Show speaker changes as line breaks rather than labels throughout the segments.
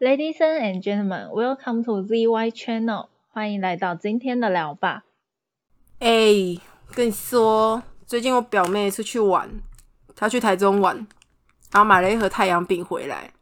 Ladies and gentlemen, welcome to ZY Channel，欢迎来到今天的聊吧。
哎、跟你说，最近我表妹出去玩，她去台中玩，然后买了一盒太阳饼回来。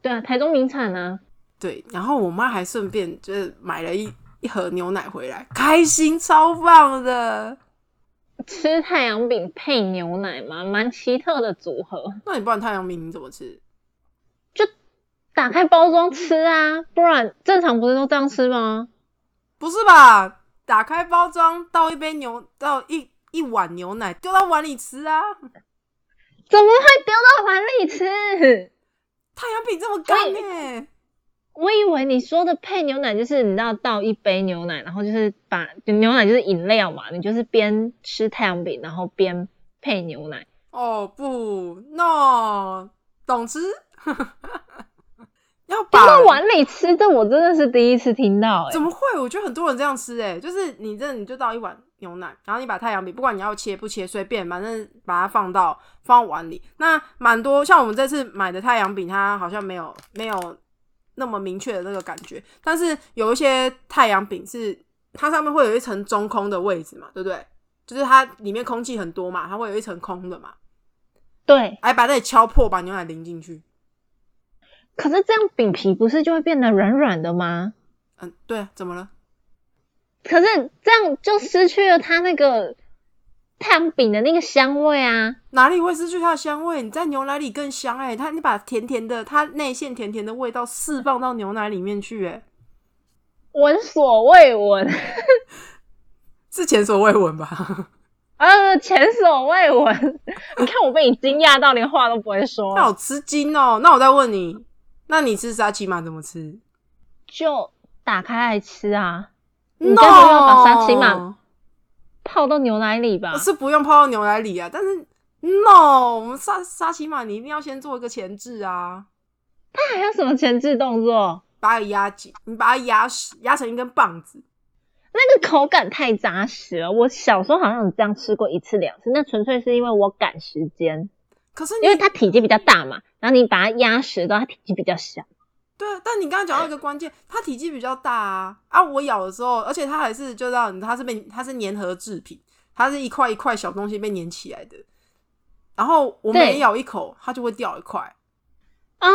对啊，台中名产啊，
对，然后我妈还顺便就是买了一一盒牛奶回来，开心超棒的。
吃太阳饼配牛奶嘛，蛮奇特的组合。
那你不然太阳饼你怎么吃？
打开包装吃啊，不然正常不是都这样吃吗？
不是吧？打开包装，倒一杯牛，倒一一碗牛奶，丢到碗里吃啊！
怎么会丢到碗里吃？
太阳饼这么干欸呢、
我以为你说的配牛奶就是你知道倒一杯牛奶，然后就是把牛奶就是饮料嘛，你就是边吃太阳饼，然后边配牛奶。
哦不，no，懂吃？ 要
丢
把
到碗里吃，这我真的是第一次听到、欸，
怎么会？我觉得很多人这样吃、欸，哎，就是你这你就倒一碗牛奶，然后你把太阳饼，不管你要切不切，随便，反正把它放到放到碗里。那蛮多像我们这次买的太阳饼，它好像没有没有那么明确的那个感觉，但是有一些太阳饼是它上面会有一层中空的位置嘛，对不对？就是它里面空气很多嘛，它会有一层空的嘛，
对。
哎，把那里敲破，把牛奶淋进去。
可是这样饼皮不是就会变得软软的吗？
嗯，对啊，怎么了？
可是这样就失去了它那个太阳饼的那个香味啊！
哪里会失去它的香味？你在牛奶里更香哎、它你把甜甜的，它内馅甜甜的味道释放到牛奶里面去哎、
闻所未闻，
是前所未闻吧？
呃，前所未闻。 你看我被你惊讶到连话都不会说啊
那，好吃惊哦、那我再问你，那你吃沙琪玛怎么吃
就打开来吃啊！你该不会要把沙琪玛
No！
泡到牛奶里吧
我？是不用泡到牛奶里啊，但是 no，我们沙沙琪玛你一定要先做一个前置啊，
它还有什么前置动作？
把它压紧，你把它压实，压成一根棒子。
那个口感太扎实了。我小时候好像有这样吃过一次两次，那纯粹是因为我赶时间，
可是你
因为它体积比较大嘛，然后你把它压实到它体积比较小。
对，啊但你刚刚讲到一个关键，它体积比较大啊啊！我咬的时候，而且它还是就让你它是被它是粘合制品，它是一块一块小东西被粘起来的。然后我
对
每咬一口，它就会掉一块，
啊、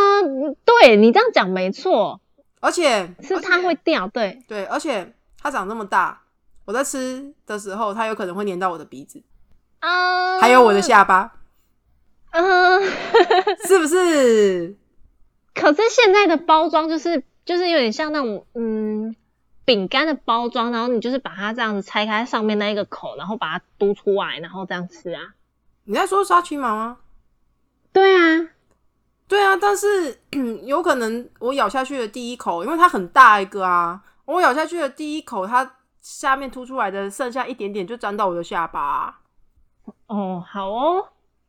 对你这样讲没错，
而且
是它会掉。对，
对，而且它长这么大，我在吃的时候，它有可能会粘到我的鼻子，
啊、
还有我的，下巴，
啊、
是不是？
可是现在的包装就是就是有点像那种嗯饼干的包装，然后你就是把它这样子拆开上面那一个口，然后把它嘟出来，然后这样吃啊。
你在说沙区毛吗？
对啊，
对啊，但是 有可能我咬下去的第一口，因为它很大一个啊，我咬下去的第一口，它下面凸出来的剩下一点点就沾到我的下巴啊、
哦，好哦。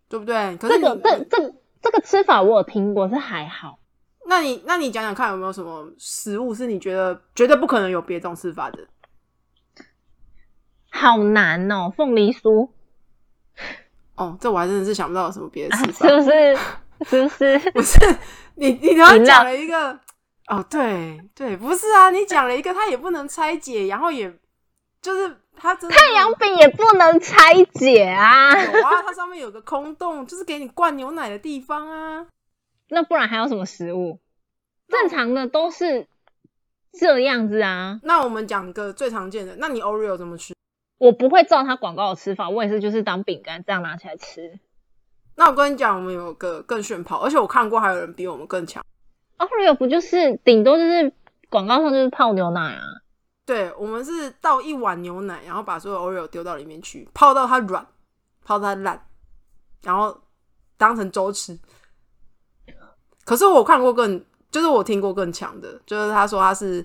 对不对？可
这
是你
个这这这个吃法我有听过，是还好。
那你那你讲讲看，有没有什么食物是你觉得绝对不可能有别种吃法的？
好难哦，凤梨酥
哦，这我还真的是想不到有什么别的
啊，
吃法。
是不是？是不是？
不是你你刚
饮料
刚讲了一个哦，对对，不是啊，你讲了一个，它也不能拆解，然后也就是它真的
太阳饼也不能拆解啊，
有啊，它上面有个空洞，就是给你灌牛奶的地方啊。
那不然还有什么食物？正常的都是这样子啊，
那我们讲个最常见的，那你 Oreo 怎么吃？
我不会照它广告的吃法，我也是就是当饼干这样拿起来吃。
那我跟你讲，我们有个更炫跑，而且我看过还有人比我们更强。
Oreo 不就是顶多就是广告上就是泡牛奶啊，
对，我们是倒一碗牛奶，然后把所有 Oreo 丢到里面去，泡到它软，泡到它烂，然后当成粥吃。可是我看过更，就是我听过更强的，就是他说他是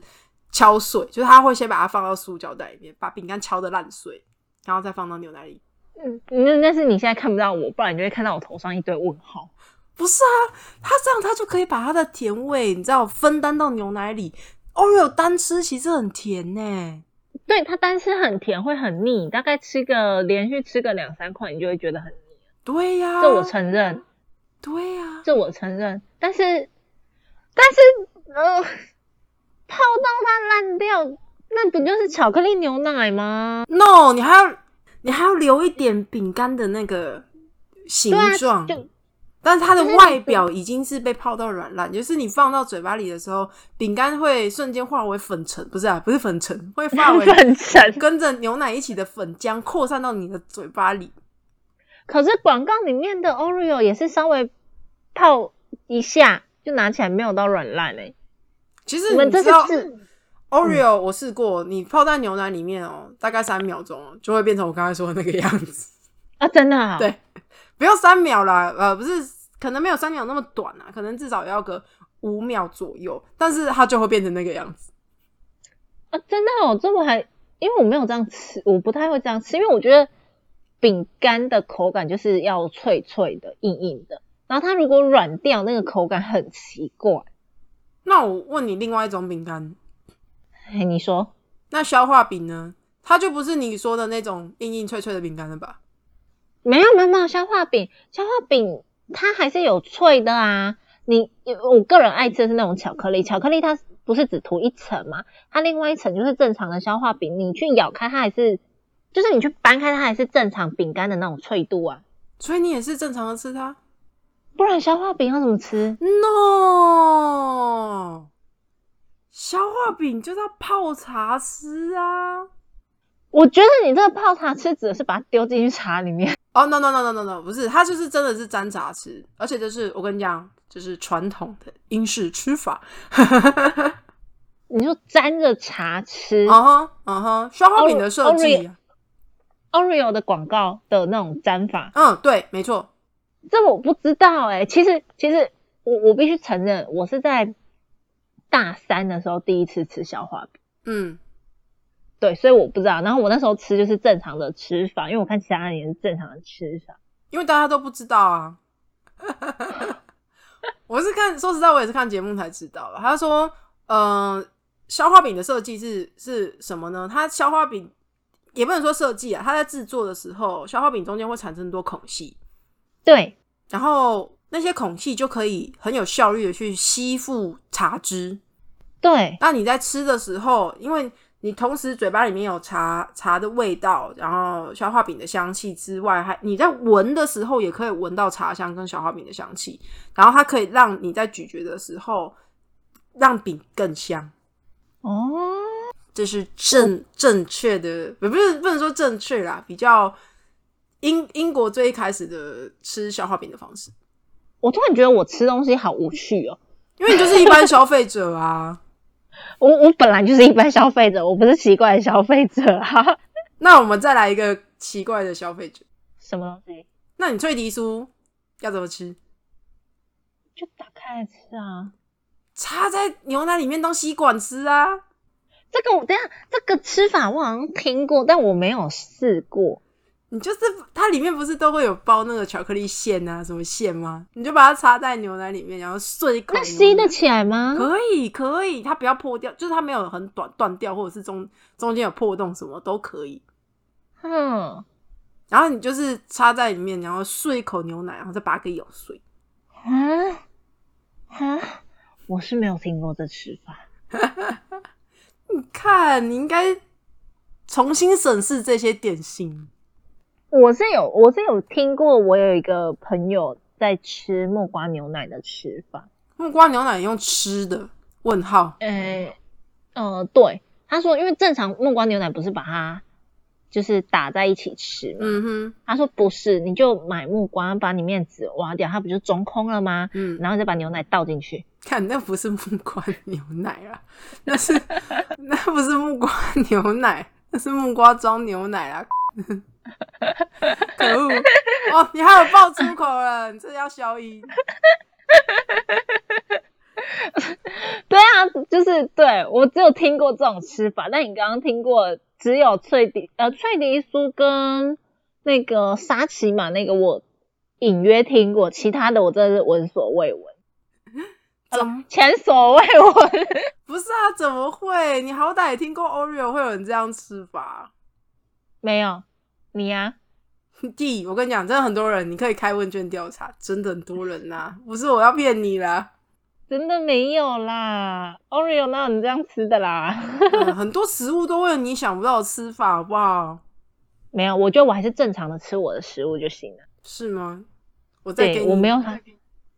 敲碎，就是他会先把它放到塑胶袋里面，把饼干敲得烂碎，然后再放到牛奶里
嗯，那那是你现在看不到我，不然你就会看到我头上一堆问号。
不是啊，它这样它就可以把它的甜味，你知道，分担到牛奶里。Oreo 单吃其实很甜呢、
对它单吃很甜，会很腻，大概吃个连续吃个两三块，你就会觉得很腻。
对呀、
这我承认，
对呀、
这我承认。但是，但是呃，泡到它烂掉，那不就是巧克力牛奶 吗？
No，你还要你还要留一点饼干的那个形
对啊，
状，
就
但是它的
就是
外表已经是被泡到软烂，就是你放到嘴巴里的时候，饼干会瞬间化为粉尘，不是啊，不是粉尘，会化 为
粉尘。
跟着牛奶一起的粉浆扩散到你的嘴巴里。
可是广告里面的 Oreo 也是稍微泡一下就拿起来，没有到软烂诶。
其
我
实
们
你
这
知
是
道
自
Oreo 我试过，你泡在牛奶里面哦，大概三秒钟哦就会变成我刚才说的那个样子。
啊，真的啊、
对不要三秒啦，呃，不是，可能没有三秒那么短啊，可能至少也要个五秒左右，但是它就会变成那个样子。
啊，真的哦，这我还因为我没有这样吃，我不太会这样吃，因为我觉得饼干的口感就是要脆脆的、硬硬的，然后它如果软掉，那个口感很奇怪。
那我问你另外一种饼干，
哎，你说
那消化饼呢？它就不是你说的那种硬硬脆脆的饼干了吧？
没有没有没有消化饼，消化饼它还是有脆的啊。你我个人爱吃的是那种巧克力，巧克力它不是只涂一层嘛，它另外一层就是正常的消化饼，你去咬开它还是，就是你去掰开它还是正常饼干的那种脆度啊，
所以你也是正常的吃它
不然消化饼要怎么吃？
？No，消化饼就是要泡茶吃啊。
我觉得你这个泡茶吃指的是把它丢进去茶里面，
哦、no no no no no no，不是，它就是真的是沾茶吃，而且就是我跟你讲，就是传统的英式吃法。
你就沾着茶吃。
嗯哼，嗯哼，消化饼的设计，
Oreo 的广告的那种沾法，
嗯，对，没错，
这我不知道哎、其实其实我我必须承认，我是在大三的时候第一次吃消化饼，
嗯，
对，所以我不知道。然后我那时候吃就是正常的吃法，因为我看其他人也是正常的吃法。
因为大家都不知道啊。 我是看，说实在，我也是看节目才知道的。他说，嗯、消化饼的设计是是什么呢？它消化饼也不能说设计啊，它在制作的时候，消化饼中间会产生很多孔隙，
对，
然后那些孔隙就可以很有效率的去吸附茶汁，
对，
那你在吃的时候，因为你同时嘴巴里面有茶茶的味道，然后消化饼的香气之外，还你在闻的时候也可以闻到茶香跟消化饼的香气，然后它可以让你在咀嚼的时候让饼更香。
哦，
这是正正确的，不不是不能说正确啦，比较英英国最一开始的吃消化饼的方式，
我突然觉得我吃东西好无趣哦。
因为你就是一般消费者啊。
我我本来就是一般消费者，我不是奇怪的消费者啊。
那我们再来一个奇怪的消费者，
什么东西？
那你脆皮酥要怎么吃？
就打开来吃啊。
插在牛奶里面当吸管吃啊。
这个我等一下这个吃法我好像听过，但我没有试过。
你就是它里面不是都会有包那个巧克力馅啊，什么馅吗？你就把它插在牛奶里面，然后顺一口牛
那
奶。
吸得起来吗？
可以可以，它不要破掉，就是它没有很短断掉，或者是中中间有破洞什么都可以。
嗯。
然后你就是插在里面，然后顺一口牛奶，然后再把它给咬碎。
啊啊！我是没有听过这吃法。
你看，你应该重新审视这些点心。
我是有，我是有听过，我有一个朋友在吃木瓜牛奶的吃法。
木瓜牛奶用吃的？问号。
诶、呃，对，他说，因为正常木瓜牛奶不是把它就是打在一起吃嘛，
嗯哼，
他说不是，你就买木瓜，把里面籽挖掉，它不就中空了吗？
嗯，
然后再把牛奶倒进去。
看，那不是木瓜牛奶啊， 那是那不是木瓜牛奶，那是木瓜装牛奶啊！可恶！哦，你还有爆粗口了，你这要消 音。
对啊，就是对我只有听过这种吃法，但你刚刚听过只有脆迪呃脆迪酥跟那个沙琪玛那个我隐约听过，其他的我真的是闻所未闻，
怎么
前所未闻。
不是啊？怎么会？你好歹也听过 Oreo 会有人这样吃吧？
没有你啊呀、
弟，我跟你讲，真的很多人，你可以开问卷调查，真的很多人呐、不是我要骗你啦。
真的没有啦，Oreo 哪有你这样吃的啦？
嗯很多食物都会有你想不到的吃法，好不好？
没有，我觉得我还是正常的吃我的食物就行了。
是吗？我再给
对
你，
我没 有，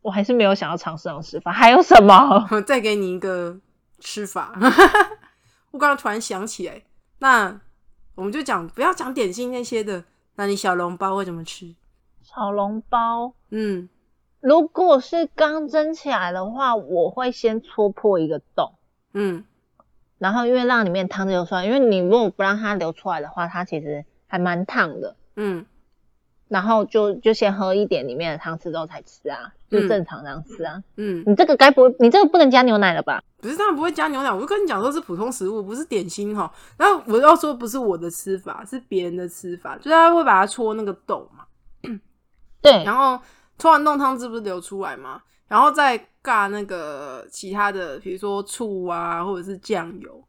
我还是没有想要尝试那种吃法。还有什么？
我再给你一个吃法。 我刚刚突然想起来，那我们就讲不要讲点心那些的，那你小笼包会怎么吃？
小笼包，
嗯，
如果是刚蒸起来的话，我会先戳破一个洞，
嗯，
然后因为让里面汤流出来，因为你如果不让它流出来的话，它其实还蛮烫的。
嗯，
然后就就先喝一点里面的汤汁之后才吃啊，就
嗯
正常这样吃啊。
嗯，
你这个该不你这个不能加牛奶了吧？
不是他们不会加牛奶，我就跟你讲说是普通食物，不是点心哈。然后我要说不是我的吃法，是别人的吃法，就是他会把它搓那个豆嘛，
对，
然后搓完弄汤汁不是流出来嘛，然后再尬那个其他的，比如说醋啊，或者是酱油，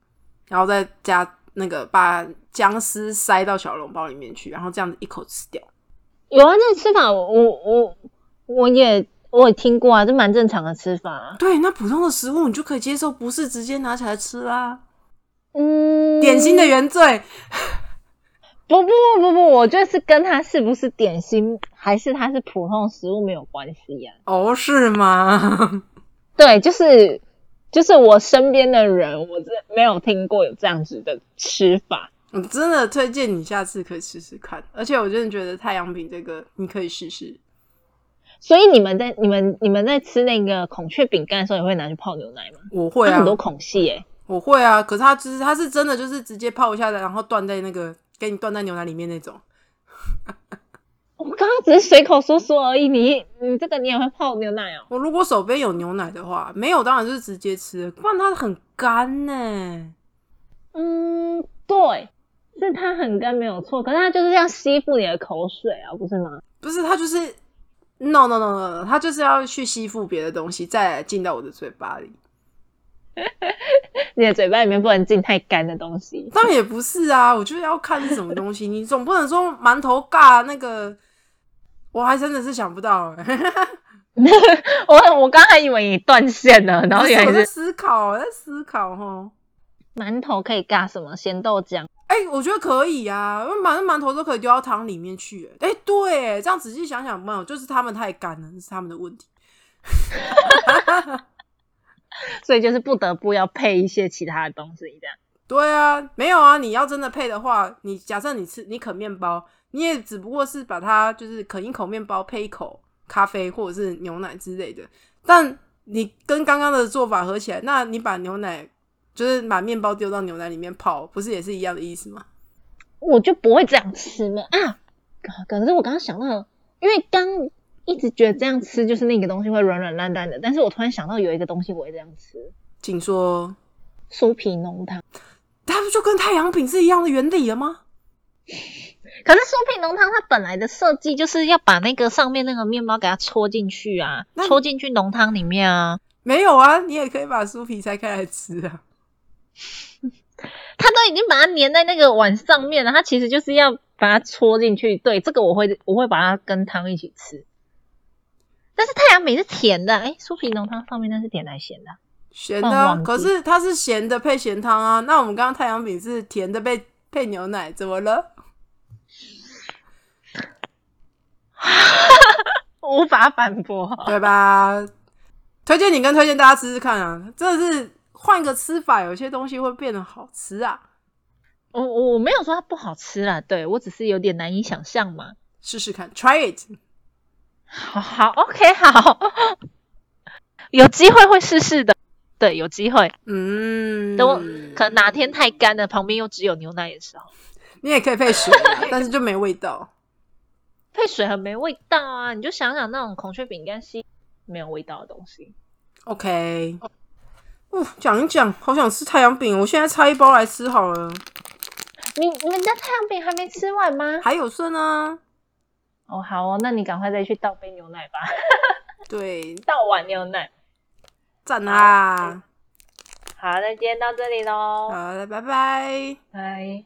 然后再加那个把姜丝塞到小笼包里面去，然后这样子一口吃掉。
有啊，这个吃法我我我我也我也听过啊，这蛮正常的吃法、啊。
对，那普通的食物你就可以接受，不是直接拿起来吃啦。
嗯，
点心的原罪，
不不不不不，我觉得是跟它是不是点心还是它是普通食物没有关系啊呀、
哦，是吗？
对，就是就是我身边的人，我真的没有听过有这样子的吃法。
我真的推荐你下次可以试试看，而且我真的觉得太阳饼这个你可以试试。
所以你们在你们你们在吃那个孔雀饼干的时候，也会拿去泡牛奶吗？
我会
它
啊
很，多孔隙耶、
我会啊，可是它就是它是真的就是直接泡一下的，然后断在那个给你断在牛奶里面那种。
我刚刚只是随口说说而已，你你这个你也会泡牛奶哦？
我如果手边有牛奶的话，没有当然就是直接吃，不然它很干呢、
嗯，对，是它很干没有错，可是它就是要吸附你的口水啊，不是吗？
不是，它就是 no no no no，no，它就是要去吸附别的东西，再来进到我的嘴巴里。
你的嘴巴里面不能进太干的东西。
当然也不是啊，我就是要看是什么东西，你总不能说馒头尬那个，我还真的是想不到、欸。
我我刚还以为你断线了，然后
不是
原
我
来
在
是
思考，我在思考哈。
馒头可以尬什么咸豆浆，
哎、我觉得可以啊，因为反正馒头都可以丢到汤里面去、欸。哎、对，这样仔细想想，没有，就是他们太干了，是他们的问题。
所以就是不得不要配一些其他的东西这样。
对啊，没有啊，你要真的配的话，你假设你吃你啃面包，你也只不过是把它就是啃一口面包配一口咖啡或者是牛奶之类的，但你跟刚刚的做法合起来，那你把牛奶就是把面包丢到牛奶里面泡，不是也是一样的意思吗？
我就不会这样吃嘛啊！可可是我刚刚想到，因为刚一直觉得这样吃就是那个东西会软软烂烂的，但是我突然想到有一个东西我会这样吃，
请说，
酥皮浓汤。
它不就跟太阳饼是一样的原理了吗？
可是酥皮浓汤它本来的设计就是要把那个上面那个面包给它戳进去啊，
那
戳进去浓汤里面啊，
没有啊，你也可以把酥皮拆开来吃啊。
它都已经把它粘在那个碗上面了，它其实就是要把它戳进去。对，这个我会我会把它跟汤一起吃。但是太阳饼是甜的，哎，酥皮浓汤上面那是甜的还是咸的啊？
咸的
忘
啊，
记
可是它是咸的配咸汤啊。那我们刚刚太阳饼是甜的配配牛奶，怎么了？
无法反驳。
对吧？推荐你跟推荐大家试试看啊，真的是换个吃法，有些东西会变得好吃啊，
我我我没有说它不好吃啦，对我只是有点难以想象嘛。
试试看，try it。
好好，OK，好，有机会会试试的。对，有机会。
嗯，
等我可能哪天太干了，旁边又只有牛奶的时候，
你也可以配水啊，但是就没味道。
配水很没味道啊！你就想想那种孔雀饼干吸没有味道的东西，
OK，哦，讲一讲，好想吃太阳饼，我现在拆一包来吃好了，
你你们家太阳饼还没吃完 吗？
还有剩啊。
哦，好哦，那你赶快再去倒杯牛奶吧，
对，
倒碗牛奶。
赞啊啦！
好，那今天到这里喽，
好，拜拜。
拜。